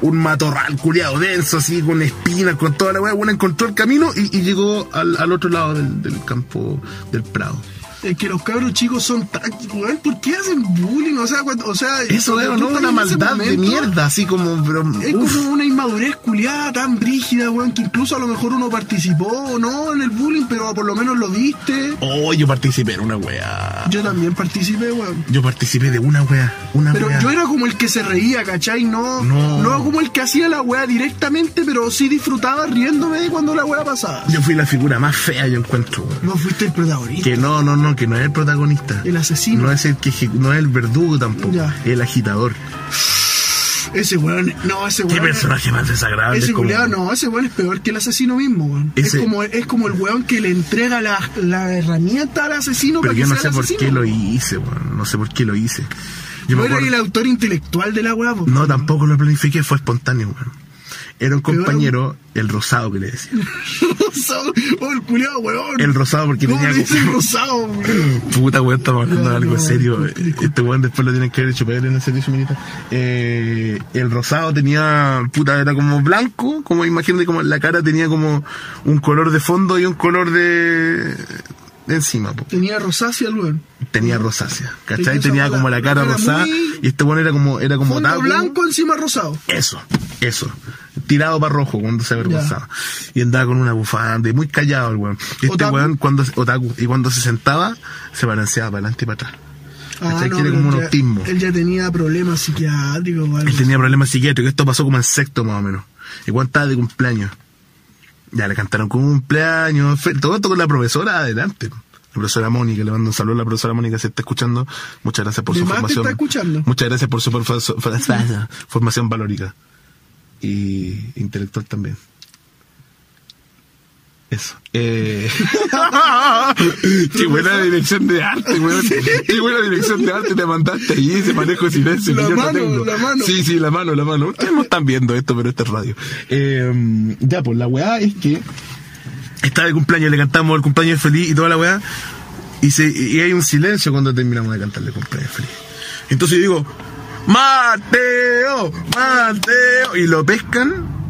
[SPEAKER 1] un matorral culiado denso, así, con espinas, con toda la weá, bueno, encontró el camino y, y llegó al, al otro lado del, del campo del Prado.
[SPEAKER 2] Es que los cabros chicos son tan. weón, ¿Por qué hacen bullying? O sea, cuando- o sea
[SPEAKER 1] Eso
[SPEAKER 2] cuando
[SPEAKER 1] veo,
[SPEAKER 2] tú
[SPEAKER 1] ¿no?
[SPEAKER 2] estás
[SPEAKER 1] Una
[SPEAKER 2] en ese
[SPEAKER 1] maldad de
[SPEAKER 2] momento,
[SPEAKER 1] mierda, así como, pero.
[SPEAKER 2] Es
[SPEAKER 1] uf,
[SPEAKER 2] como una inmadurez culiada tan brígida, weón, que incluso a lo mejor uno participó o no en el bullying, pero por lo menos lo viste.
[SPEAKER 1] Oh, yo participé en una wea.
[SPEAKER 2] Yo también participé, weón.
[SPEAKER 1] Yo participé de una wea. Una
[SPEAKER 2] Pero
[SPEAKER 1] wea.
[SPEAKER 2] yo era como el que se reía, ¿cachai? No,
[SPEAKER 1] Ah, No.
[SPEAKER 2] como el que hacía la weá directamente, pero sí disfrutaba riéndome de cuando la weá pasaba.
[SPEAKER 1] Yo fui la figura más fea, yo encuentro, weón.
[SPEAKER 2] No fuiste el protagonista,
[SPEAKER 1] Que no, no, no, que no es el protagonista.
[SPEAKER 2] el asesino.
[SPEAKER 1] No es el que eje- no es el verdugo tampoco,
[SPEAKER 2] Ya.
[SPEAKER 1] el agitador.
[SPEAKER 2] Ese weón, no, ese
[SPEAKER 1] Qué
[SPEAKER 2] weón.
[SPEAKER 1] personaje más desagradable.
[SPEAKER 2] Ese
[SPEAKER 1] es como-
[SPEAKER 2] culiao, no, ese weón es peor que el asesino mismo, weón.
[SPEAKER 1] Ese-
[SPEAKER 2] Es, como, es como el weón que le entrega la, la herramienta al asesino
[SPEAKER 1] Pero
[SPEAKER 2] para
[SPEAKER 1] yo
[SPEAKER 2] que
[SPEAKER 1] no
[SPEAKER 2] sea
[SPEAKER 1] sé
[SPEAKER 2] el
[SPEAKER 1] por
[SPEAKER 2] asesino.
[SPEAKER 1] qué lo hice, weón. No sé por qué lo hice. Yo
[SPEAKER 2] No
[SPEAKER 1] me
[SPEAKER 2] era
[SPEAKER 1] acuerdo-
[SPEAKER 2] el autor intelectual de la weá, po.
[SPEAKER 1] No, tampoco lo planifiqué, fue espontáneo, weón. Era un
[SPEAKER 2] Pero era un-
[SPEAKER 1] compañero, el rosado que le decía.
[SPEAKER 2] Rosado, oh, el culiao, weón.
[SPEAKER 1] El rosado porque
[SPEAKER 2] ¿Cómo
[SPEAKER 1] tenía
[SPEAKER 2] le dicen rosado, weón?
[SPEAKER 1] Puta, weón, estamos hablando de
[SPEAKER 2] Ya,
[SPEAKER 1] algo
[SPEAKER 2] no,
[SPEAKER 1] serio.
[SPEAKER 2] disculpe, disculpe.
[SPEAKER 1] Este weón después lo tienen que haber hecho pegar en el servicio militar. Eh, el rosado tenía, puta, era como blanco, como imagínate, como la cara tenía como un color de fondo y un color de, de encima, po.
[SPEAKER 2] Tenía rosácea el weón.
[SPEAKER 1] Tenía rosácea,
[SPEAKER 2] Tenía
[SPEAKER 1] ¿cachai?
[SPEAKER 2] Mm. esa
[SPEAKER 1] Tenía
[SPEAKER 2] bola-
[SPEAKER 1] como la cara
[SPEAKER 2] era
[SPEAKER 1] rosada
[SPEAKER 2] muy-
[SPEAKER 1] y este weón era como, era como
[SPEAKER 2] Fondo
[SPEAKER 1] otaku.
[SPEAKER 2] blanco encima rosado.
[SPEAKER 1] Eso, eso. Tirado para rojo cuando se avergonzaba. Y andaba con una bufanda y muy callado el weón. Y este
[SPEAKER 2] Otaku.
[SPEAKER 1] weón, cuando, otaku, y cuando se sentaba, se balanceaba para adelante y para atrás. ¿Cachai? Que era
[SPEAKER 2] Ah, pero
[SPEAKER 1] como un
[SPEAKER 2] él ya-
[SPEAKER 1] autismo.
[SPEAKER 2] Él ya tenía problemas psiquiátricos, weón.
[SPEAKER 1] Él tenía problemas psiquiátricos. Esto pasó como en sexto más o menos. Igual estaba de cumpleaños. Ya le cantaron cumpleaños. fe- Todo esto con la profesora, adelante. La profesora Mónica, le mando un saludo a la profesora Mónica si está escuchando. Muchas gracias por
[SPEAKER 2] De
[SPEAKER 1] su
[SPEAKER 2] más te
[SPEAKER 1] formación.
[SPEAKER 2] está escuchando.
[SPEAKER 1] Muchas gracias por su porfa- fa- formación valórica. Y intelectual también. Eso. Eh... Qué buena dirección de arte, weón. Qué buena dirección de arte te mandaste ahí, ese manejo de silencio. que
[SPEAKER 2] La
[SPEAKER 1] yo no
[SPEAKER 2] mano,
[SPEAKER 1] tengo.
[SPEAKER 2] la mano.
[SPEAKER 1] Sí, sí, la mano, la mano. Ustedes no están viendo esto, pero esta es radio. Eh, ya, pues la weá es que estaba de cumpleaños, le cantamos el cumpleaños feliz y toda la weá. Y, se, y hay un silencio cuando terminamos de cantarle cumpleaños feliz. Entonces yo digo, Mateo, Mateo. Y lo pescan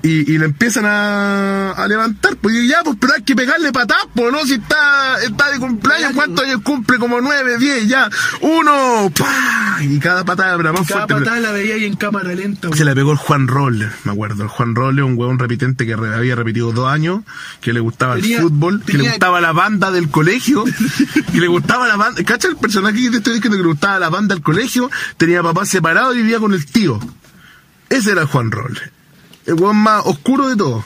[SPEAKER 1] y, y le empiezan a, a levantar. Pues yo, ya, pues, pero hay que pegarle patas, pues, ¿no? Si está, está de cumpleaños, ¿cuántos años cumple? Como nueve, diez, ya. Uno, ¡pah! Y cada patada era más
[SPEAKER 2] Cada
[SPEAKER 1] fuerte. pero-
[SPEAKER 2] patada la veía ahí en cámara
[SPEAKER 1] se
[SPEAKER 2] lenta, weón.
[SPEAKER 1] la pegó el Juan Rolle, me acuerdo. El Juan Rolle, un huevón repitente que re- había repetido dos años, que le gustaba
[SPEAKER 2] Tenía-
[SPEAKER 1] el fútbol, que le
[SPEAKER 2] tenía-
[SPEAKER 1] gustaba la banda del colegio, que le gustaba la banda. ¿Cacha el personaje que te estoy diciendo que le gustaba la banda del colegio? Tenía papá separado y vivía con el tío. Ese era el Juan Rolle. El huevón más oscuro de todo.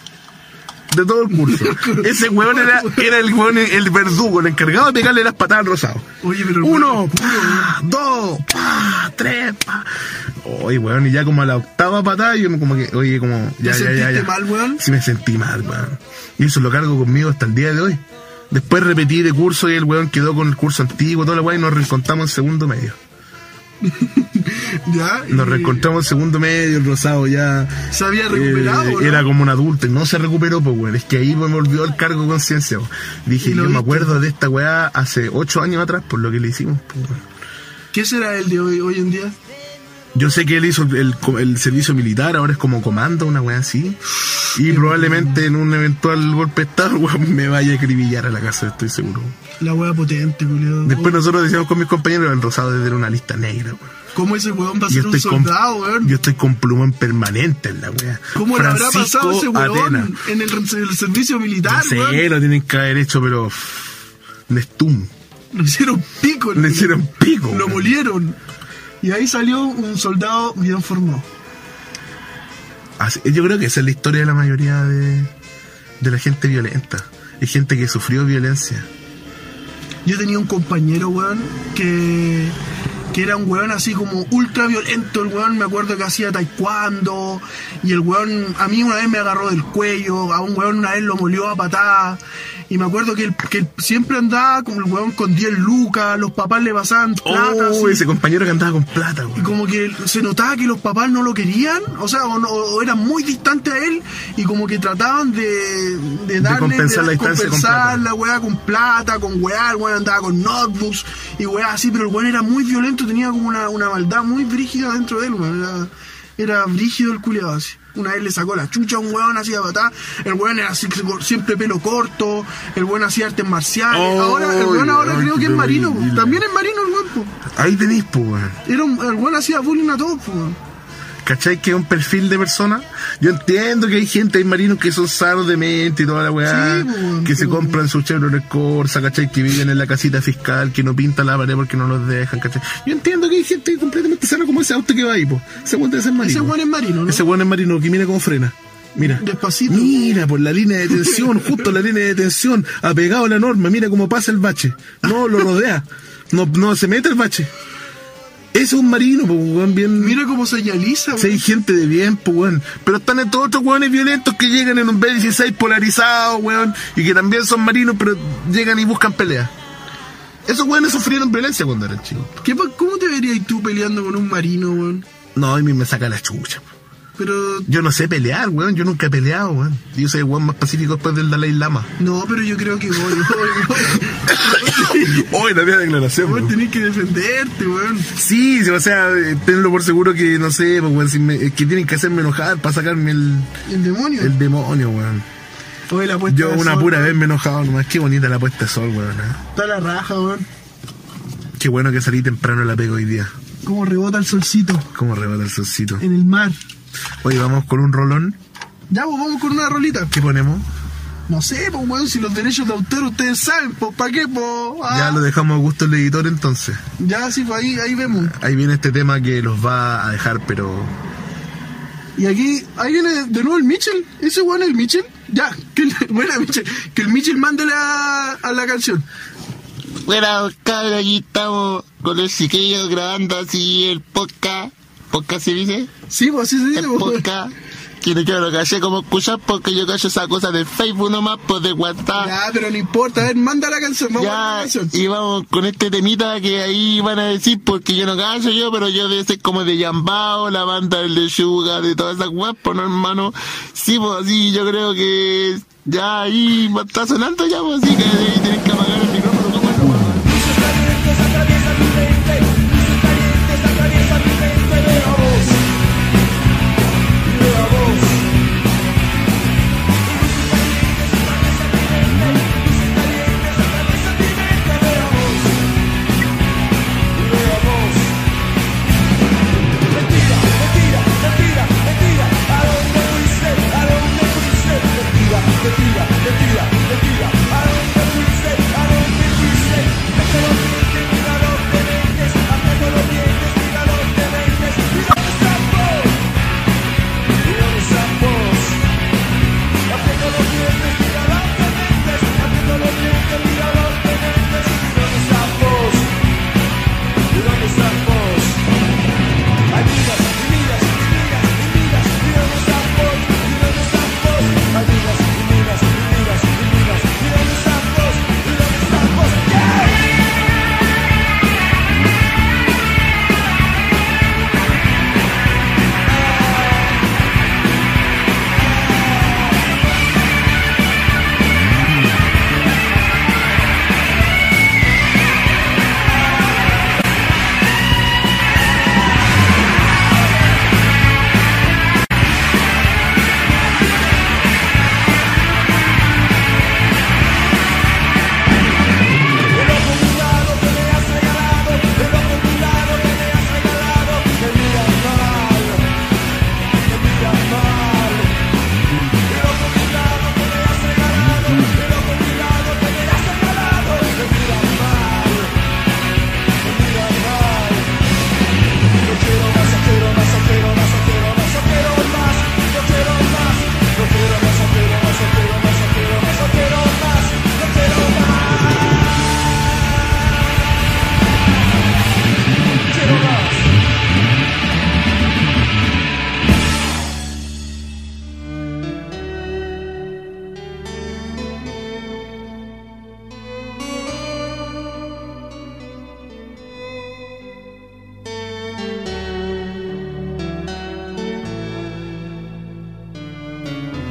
[SPEAKER 1] De todo el curso. Ese huevón era, era el huevón, el verdugo, el encargado de pegarle las patadas al rosado.
[SPEAKER 2] Oye, pero- pues,
[SPEAKER 1] Uno, pa, dos, pa, tres, pa. Oye, weón, y ya como a la octava patada, yo me como que, oye, como, ya,
[SPEAKER 2] ¿Te
[SPEAKER 1] ya, ya,
[SPEAKER 2] sentiste
[SPEAKER 1] ya.
[SPEAKER 2] mal, weón?
[SPEAKER 1] Sí, me sentí mal, weón. Y eso lo cargo conmigo hasta el día de hoy. Después repetí de curso y el weón quedó con el curso antiguo, toda la weón, y nos reencontramos en segundo medio.
[SPEAKER 2] Ya.
[SPEAKER 1] Nos
[SPEAKER 2] y
[SPEAKER 1] reencontramos en segundo medio, el rosado ya.
[SPEAKER 2] Se había recuperado,
[SPEAKER 1] eh,
[SPEAKER 2] ¿no?
[SPEAKER 1] Era como un adulto y no se recuperó, pues, weón. Es que ahí pues, me volvió el cargo de conciencia, weón. Dije,
[SPEAKER 2] ¿Y
[SPEAKER 1] yo
[SPEAKER 2] lo
[SPEAKER 1] me
[SPEAKER 2] viste?
[SPEAKER 1] acuerdo de esta weá hace ocho años atrás por lo que le hicimos, pues, weón.
[SPEAKER 2] ¿Qué será el de hoy, hoy en día?
[SPEAKER 1] Yo sé que él hizo el, co- el servicio militar, ahora es como comando, una weá así. Y probablemente en un eventual golpe de estado, weón, me vaya a acribillar a la casa, estoy seguro.
[SPEAKER 2] La wea potente, culiado.
[SPEAKER 1] Después nosotros decíamos con mis compañeros, el rosado era una lista negra, weón.
[SPEAKER 2] ¿Cómo ese weón va a
[SPEAKER 1] Yo
[SPEAKER 2] ser un
[SPEAKER 1] estoy, con,
[SPEAKER 2] soldado, weón?
[SPEAKER 1] yo estoy con plumón permanente en la weá.
[SPEAKER 2] ¿Cómo le habrá
[SPEAKER 1] Francisco
[SPEAKER 2] pasado a ese weón
[SPEAKER 1] Atena.
[SPEAKER 2] en el, el servicio
[SPEAKER 1] No
[SPEAKER 2] militar,
[SPEAKER 1] sé,
[SPEAKER 2] weón?
[SPEAKER 1] lo tienen que haber hecho, pero. uff, Nestum.
[SPEAKER 2] Lo hicieron pico,
[SPEAKER 1] Le hicieron pico.
[SPEAKER 2] lo
[SPEAKER 1] weón.
[SPEAKER 2] molieron. Y ahí salió un soldado bien formado.
[SPEAKER 1] Así- yo creo que esa es la historia de la mayoría de, de la gente violenta. Es gente que sufrió violencia.
[SPEAKER 2] Yo tenía un compañero, weón, que, que era un weón así como ultra violento. El weón me acuerdo que hacía taekwondo. Y el weón, a mí una vez me agarró del cuello. A un weón una vez lo molió a patadas. Y me acuerdo que, el- que el- siempre andaba como el weón con 10 lucas. Los papás le pasaban plata.
[SPEAKER 1] Oh,
[SPEAKER 2] así.
[SPEAKER 1] ese compañero que andaba con plata,
[SPEAKER 2] Y
[SPEAKER 1] weón.
[SPEAKER 2] como que se notaba que los papás no lo querían, o sea, o, no- o eran muy distantes a él, y como que trataban de, de darle.
[SPEAKER 1] compensar la distancia con
[SPEAKER 2] compensar
[SPEAKER 1] plata.
[SPEAKER 2] la weá con plata, con weá, el weón andaba con notebooks y weá así, pero el weón era muy violento, tenía como una, una maldad muy brígida dentro de él, weón. Era, era brígido el culiado así. Una vez le sacó la chucha a un weón así a patada, el weón era así, siempre pelo corto, el weón hacía artes marciales,
[SPEAKER 1] Oh,
[SPEAKER 2] ahora, el weón ahora
[SPEAKER 1] weón,
[SPEAKER 2] creo
[SPEAKER 1] qué
[SPEAKER 2] que es marino, po.
[SPEAKER 1] terrible.
[SPEAKER 2] también es marino el weón, po.
[SPEAKER 1] Ahí tenéis, pues, weón.
[SPEAKER 2] Era un, el weón hacía bullying a todos, po.
[SPEAKER 1] ¿Cachai que es un perfil de persona? Yo entiendo que hay gente, hay marinos que son sanos de mente y toda la weá,
[SPEAKER 2] Sí, pues,
[SPEAKER 1] que se
[SPEAKER 2] sí.
[SPEAKER 1] compran sus Chevrolet Corsa, ¿cachai? Que viven en la casita fiscal, que no pintan la pared porque no los dejan, ¿cachai? Yo entiendo que hay gente completamente sana como ese auto que va ahí, pues. Ese weón debe ser marino.
[SPEAKER 2] Ese weón es marino, ¿no?
[SPEAKER 1] Ese weón es marino, que mira cómo frena. Mira.
[SPEAKER 2] Despacito.
[SPEAKER 1] Mira, por la línea de tensión, justo en la línea de tensión, apegado a la norma, mira cómo pasa el bache. No, lo rodea. No, no se mete el bache. Ese es un marino, pues, weón, bien.
[SPEAKER 2] Mira cómo señaliza,
[SPEAKER 1] Sí,
[SPEAKER 2] weón.
[SPEAKER 1] hay gente de bien, pues, weón. Pero están estos otros weones violentos que llegan en un B16 polarizado, weón. Y que también son marinos, pero llegan y buscan pelea. Esos weones sufrieron violencia cuando eran chicos.
[SPEAKER 2] ¿Qué pa- ¿Cómo te verías tú peleando con un marino, weón?
[SPEAKER 1] No, a mí me saca la chucha.
[SPEAKER 2] Pero.
[SPEAKER 1] Yo no sé pelear, weón. Yo nunca he peleado, weón. Yo soy el weón más pacífico después del Dalai Lama.
[SPEAKER 2] No, pero yo creo que voy, voy, voy.
[SPEAKER 1] Hoy la declaración,
[SPEAKER 2] Vos tenés que defenderte, weón.
[SPEAKER 1] Sí, o sea, eh, tenlo por seguro que, no sé, pues, weón, si me- eh, que tienen que hacerme enojar para sacarme el,
[SPEAKER 2] El demonio.
[SPEAKER 1] el demonio, weón.
[SPEAKER 2] Oye, la puesta
[SPEAKER 1] Yo
[SPEAKER 2] de
[SPEAKER 1] una
[SPEAKER 2] sol,
[SPEAKER 1] pura
[SPEAKER 2] weón.
[SPEAKER 1] vez me he enojado nomás. Qué bonita la puesta de sol, weón. ¿eh?
[SPEAKER 2] Está la raja, weón.
[SPEAKER 1] Qué bueno que salí temprano a la pega hoy día.
[SPEAKER 2] Cómo rebota el solcito
[SPEAKER 1] Cómo rebota el solcito.
[SPEAKER 2] en el mar.
[SPEAKER 1] Oye, vamos con un rolón.
[SPEAKER 2] Ya, pues vamos con una rolita.
[SPEAKER 1] ¿Qué ponemos?
[SPEAKER 2] No sé, pues weón, si los derechos de autor ustedes saben, pues ¿para qué, pues?
[SPEAKER 1] Ya lo dejamos a gusto del editor entonces.
[SPEAKER 2] Ya, sí, pues ahí, ahí vemos.
[SPEAKER 1] Ahí viene este tema que los va a dejar, pero
[SPEAKER 2] Y aquí, ahí viene de nuevo el Mitchell. Ese weón es el Mitchell. Ya, que el, buena Mitchell. Que el Mitchell mande la, a la canción.
[SPEAKER 3] Bueno, cabrón, aquí estamos con los chiquillos grabando así el podcast. ¿Podcast se dice?
[SPEAKER 2] Sí, pues así se dice,
[SPEAKER 3] El
[SPEAKER 2] pues, weón.
[SPEAKER 3] podcast. Que no quiero lo caché como escuchar porque yo cacho esa cosa de Facebook nomás, pues de WhatsApp.
[SPEAKER 2] Ya, pero no importa, a ver, manda la canción, vamos a la
[SPEAKER 3] Ya,
[SPEAKER 2] canción.
[SPEAKER 3] y vamos con este temita que ahí van a decir, porque yo no cacho yo, pero yo de ese como de Yambao, la banda del de Suga, de todas esas weas, pues no, hermano. Sí, pues así, yo creo que ya ahí va- está sonando ya, pues así que ahí tienen que apagar el micrófono. ¿cómo es, hermano?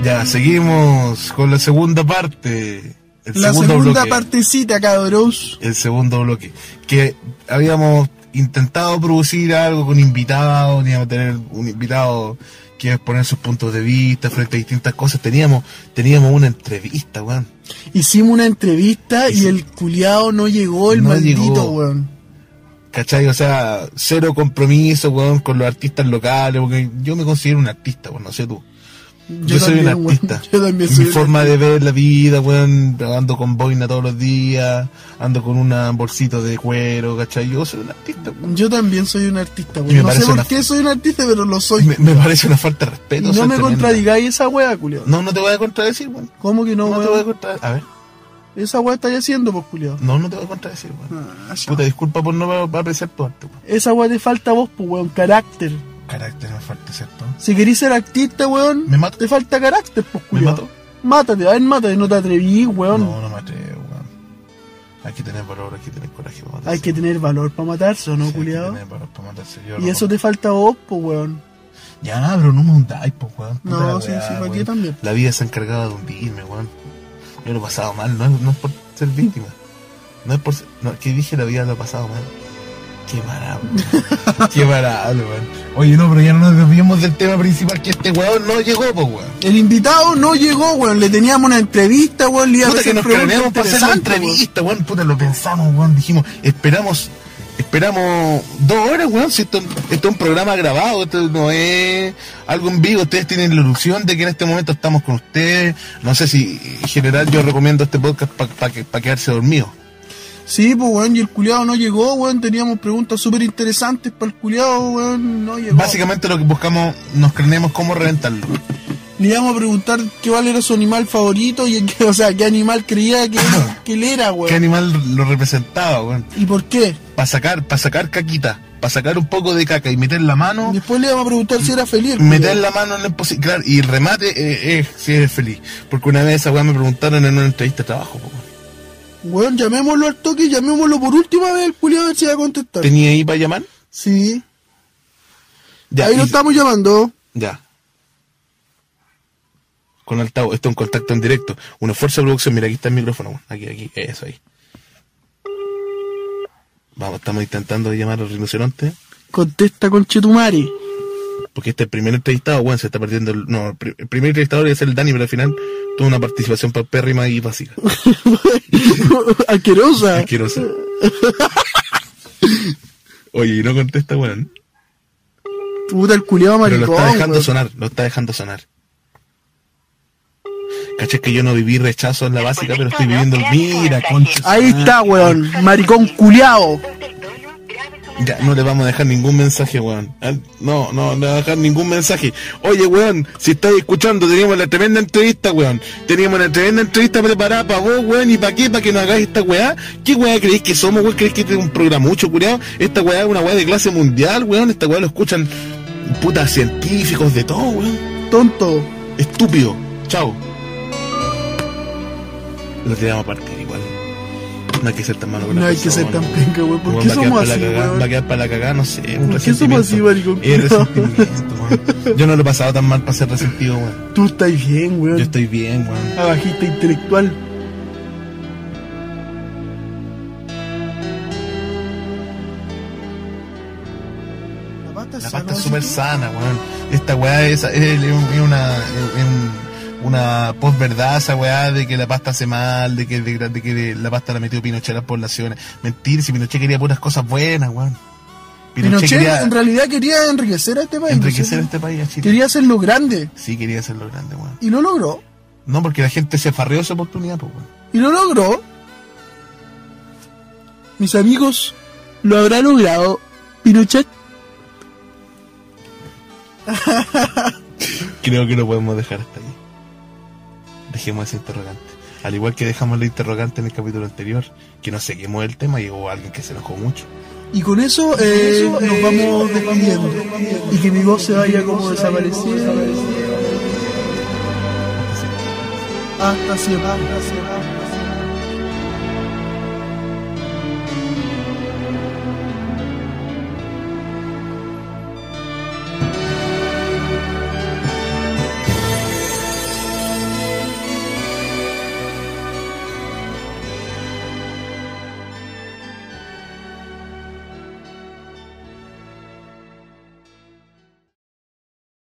[SPEAKER 1] Ya, seguimos con la segunda parte. El
[SPEAKER 2] La
[SPEAKER 1] segundo
[SPEAKER 2] segunda
[SPEAKER 1] bloque.
[SPEAKER 2] partecita, cabros.
[SPEAKER 1] El segundo bloque. Que habíamos intentado producir algo con invitados, teníamos que tener un invitado que exponer sus puntos de vista frente a distintas cosas. Teníamos, teníamos una entrevista, weón.
[SPEAKER 2] Hicimos una entrevista y el culiao no llegó, el
[SPEAKER 1] No
[SPEAKER 2] maldito,
[SPEAKER 1] llegó.
[SPEAKER 2] weón.
[SPEAKER 1] ¿Cachai? O sea, cero compromiso, weón, con los artistas locales, porque yo me considero un artista, weón, no sé tú. Yo, soy un
[SPEAKER 2] también, weón.
[SPEAKER 1] artista.
[SPEAKER 2] Yo también
[SPEAKER 1] Mi
[SPEAKER 2] soy un
[SPEAKER 1] forma de ver la vida, weón, ando con boina todos los días, ando con una bolsito de cuero, ¿cachai? Yo soy un artista, weón.
[SPEAKER 2] Yo también soy un artista,
[SPEAKER 1] Y me
[SPEAKER 2] weón. No sé
[SPEAKER 1] parece
[SPEAKER 2] por
[SPEAKER 1] una-
[SPEAKER 2] qué soy un artista, pero lo soy.
[SPEAKER 1] Me, me parece una falta de respeto. o
[SPEAKER 2] no
[SPEAKER 1] sea,
[SPEAKER 2] me
[SPEAKER 1] tremenda.
[SPEAKER 2] contradigáis esa weá, culiao.
[SPEAKER 1] No, no te voy a contradecir, weón.
[SPEAKER 2] ¿Cómo que no,
[SPEAKER 1] No, te
[SPEAKER 2] weón?
[SPEAKER 1] voy a contradecir. A ver,
[SPEAKER 2] Esa weá estáis haciendo, pues, culiao.
[SPEAKER 1] no, no te voy a contradecir, weón.
[SPEAKER 2] Ah, ya.
[SPEAKER 1] Puta, disculpa por no va- apreciar tu arte, weón.
[SPEAKER 2] esa weá te falta vos, pues, weón. Carácter.
[SPEAKER 1] Carácter me falta, ¿cierto?
[SPEAKER 2] Si querís ser artista, weón,
[SPEAKER 1] Me mato.
[SPEAKER 2] te falta carácter, pues,
[SPEAKER 1] Me
[SPEAKER 2] culiao.
[SPEAKER 1] mato.
[SPEAKER 2] Mátate, a ver, mátate, no te atreví, weón.
[SPEAKER 1] No, no me atrevo, weón. Hay que tener valor, hay que tener coraje para matarse.
[SPEAKER 2] Hay que tener valor para matarse, ¿o
[SPEAKER 1] Sí,
[SPEAKER 2] no,
[SPEAKER 1] hay que
[SPEAKER 2] culiao?
[SPEAKER 1] tener valor para matarse. Yo
[SPEAKER 2] Y
[SPEAKER 1] no-
[SPEAKER 2] eso te falta a vos, pues, weón.
[SPEAKER 1] Ya, pero no me hundáis, pues, weón. Puta
[SPEAKER 2] No,
[SPEAKER 1] la
[SPEAKER 2] sí,
[SPEAKER 1] weá,
[SPEAKER 2] sí, para
[SPEAKER 1] weón.
[SPEAKER 2] ti también.
[SPEAKER 1] La vida se ha encargado de hundirme, weón. Yo lo he pasado mal, no, es- no es por ser víctima. No es por ser- no, que dije la vida lo ha pasado mal. Qué maravilla. Qué maravilla, weón. Oye, no, pero ya no nos desviemos del tema principal que este weón no llegó, pues, weón.
[SPEAKER 2] El invitado no llegó, weón. Le teníamos una entrevista, weón. Le iba a
[SPEAKER 1] Puta que
[SPEAKER 2] hacer
[SPEAKER 1] nos
[SPEAKER 2] preguntas
[SPEAKER 1] planeamos para hacer la
[SPEAKER 2] interesantes, weón.
[SPEAKER 1] entrevista, weón. Puta, lo pensamos, weón. Dijimos, esperamos, esperamos dos horas, weón. Si esto, esto es un programa grabado, esto no es algo en vivo. Ustedes tienen la ilusión de que en este momento estamos con ustedes. No sé si, en general, yo recomiendo este podcast para que, pa quedarse dormido.
[SPEAKER 2] Sí, pues, weón, y el culiado no llegó, weón. Teníamos preguntas súper interesantes para el culiado, weón. No llegó.
[SPEAKER 1] Básicamente lo que buscamos, nos creemos cómo reventarlo.
[SPEAKER 2] Le íbamos a preguntar qué cuál era su animal favorito y, qué- o sea, qué animal creía que, que él
[SPEAKER 1] ¿Qué
[SPEAKER 2] era, weón.
[SPEAKER 1] animal lo representaba, weón?
[SPEAKER 2] ¿Y por qué?
[SPEAKER 1] Para sacar, para sacar caquita, para sacar un poco de caca y meter la mano,
[SPEAKER 2] Después le íbamos a preguntar si era feliz. el
[SPEAKER 1] meter la
[SPEAKER 2] culiao.
[SPEAKER 1] mano en el posi- claro, y el remate eh, eh, si eres feliz. Porque una vez esa weá me preguntaron en una entrevista de trabajo, po, weón.
[SPEAKER 2] Weón, llamémoslo al toque, llamémoslo por última vez, el culiado, a ver si va a contestar.
[SPEAKER 1] ¿Tenía ahí para llamar?
[SPEAKER 2] Sí.
[SPEAKER 1] Ya,
[SPEAKER 2] Ahí lo
[SPEAKER 1] y-
[SPEAKER 2] estamos llamando.
[SPEAKER 1] Ya. Con altavoz, esto es un contacto en directo. Una fuerza de producción, mira, aquí está el micrófono. weón. Aquí, aquí, eso ahí. Vamos, estamos intentando llamar al rinoceronte.
[SPEAKER 2] Contesta con Chetumare.
[SPEAKER 1] Porque este es el primer entrevistado, weón, se está perdiendo. El, no, el, pri- el primer entrevistador es el Dani, pero al final tuvo una participación paupérrima y básica.
[SPEAKER 2] Asquerosa.
[SPEAKER 1] Asquerosa. Oye, y no contesta, weón.
[SPEAKER 2] Puta, el culiado
[SPEAKER 1] Pero lo
[SPEAKER 2] maricón.
[SPEAKER 1] está dejando
[SPEAKER 2] weón.
[SPEAKER 1] sonar, lo está dejando sonar. Caché que yo no viví rechazo en la básica, pero estoy viviendo. Mira, concha.
[SPEAKER 2] Ahí está, weón. Maricón culiao.
[SPEAKER 1] Ya, no le vamos a dejar ningún mensaje, weón. Ah, No, no, no le vamos a dejar ningún mensaje. Oye, weón, si estás escuchando, teníamos la tremenda entrevista, weón. Teníamos la tremenda entrevista preparada para vos, weón. ¿Y para qué? ¿Para que nos hagáis esta weá? ¿Qué weá creéis que somos, weón? ¿Creéis que este es un programa mucho, culiao? Esta weá es una weá de clase mundial, weón. Esta weá lo escuchan putas científicos de todo, weón.
[SPEAKER 2] Tonto.
[SPEAKER 1] Estúpido. Chao. Lo tiramos a partir igual. No hay que ser tan malo con
[SPEAKER 2] No
[SPEAKER 1] las
[SPEAKER 2] hay que ser
[SPEAKER 1] personas.
[SPEAKER 2] tan penca, weón. ¿Por
[SPEAKER 1] Weón,
[SPEAKER 2] qué
[SPEAKER 1] va a quedar
[SPEAKER 2] somos
[SPEAKER 1] pa' la
[SPEAKER 2] así,
[SPEAKER 1] cagá, Va a
[SPEAKER 2] weón?
[SPEAKER 1] quedar para la cagada, no sé. Un
[SPEAKER 2] ¿Por qué somos así,
[SPEAKER 1] resentimiento.
[SPEAKER 2] maricón?
[SPEAKER 1] Es resentimiento, weón. Yo no lo he pasado tan mal para ser resentido, weón.
[SPEAKER 2] Tú estás bien,
[SPEAKER 1] Yo
[SPEAKER 2] weón.
[SPEAKER 1] estoy bien, weón.
[SPEAKER 2] Abajista intelectual. La pasta
[SPEAKER 1] La
[SPEAKER 2] es
[SPEAKER 1] pasta
[SPEAKER 2] sana,
[SPEAKER 1] es súper
[SPEAKER 2] ¿sí?
[SPEAKER 1] sana, weón. Esta weá es, es- es una, es una posverdad, esa weá de que la pasta hace mal, de que, de- de que la pasta la metió Pinochet a las poblaciones. Mentir, si Pinochet quería puras cosas buenas, weón.
[SPEAKER 2] Pinochet en realidad quería enriquecer a este país. ¿no es
[SPEAKER 1] enriquecer
[SPEAKER 2] cierto?
[SPEAKER 1] este país a Chile.
[SPEAKER 2] Quería hacerlo grande.
[SPEAKER 1] Sí, quería hacerlo grande, weón.
[SPEAKER 2] Y lo logró.
[SPEAKER 1] No, porque la gente se farreó esa oportunidad, pues, weón.
[SPEAKER 2] Y lo logró. Mis amigos, lo habrá logrado Pinochet.
[SPEAKER 1] Creo que lo podemos dejar hasta ahí. Dejemos ese interrogante. Al igual que dejamos la interrogante en el capítulo anterior, que nos seguimos del tema y hubo alguien que se enojó mucho.
[SPEAKER 2] Y con eso, eh, nos vamos despidiendo. Y que mi voz se vaya como desaparecida. Hasta siempre. Hasta siempre.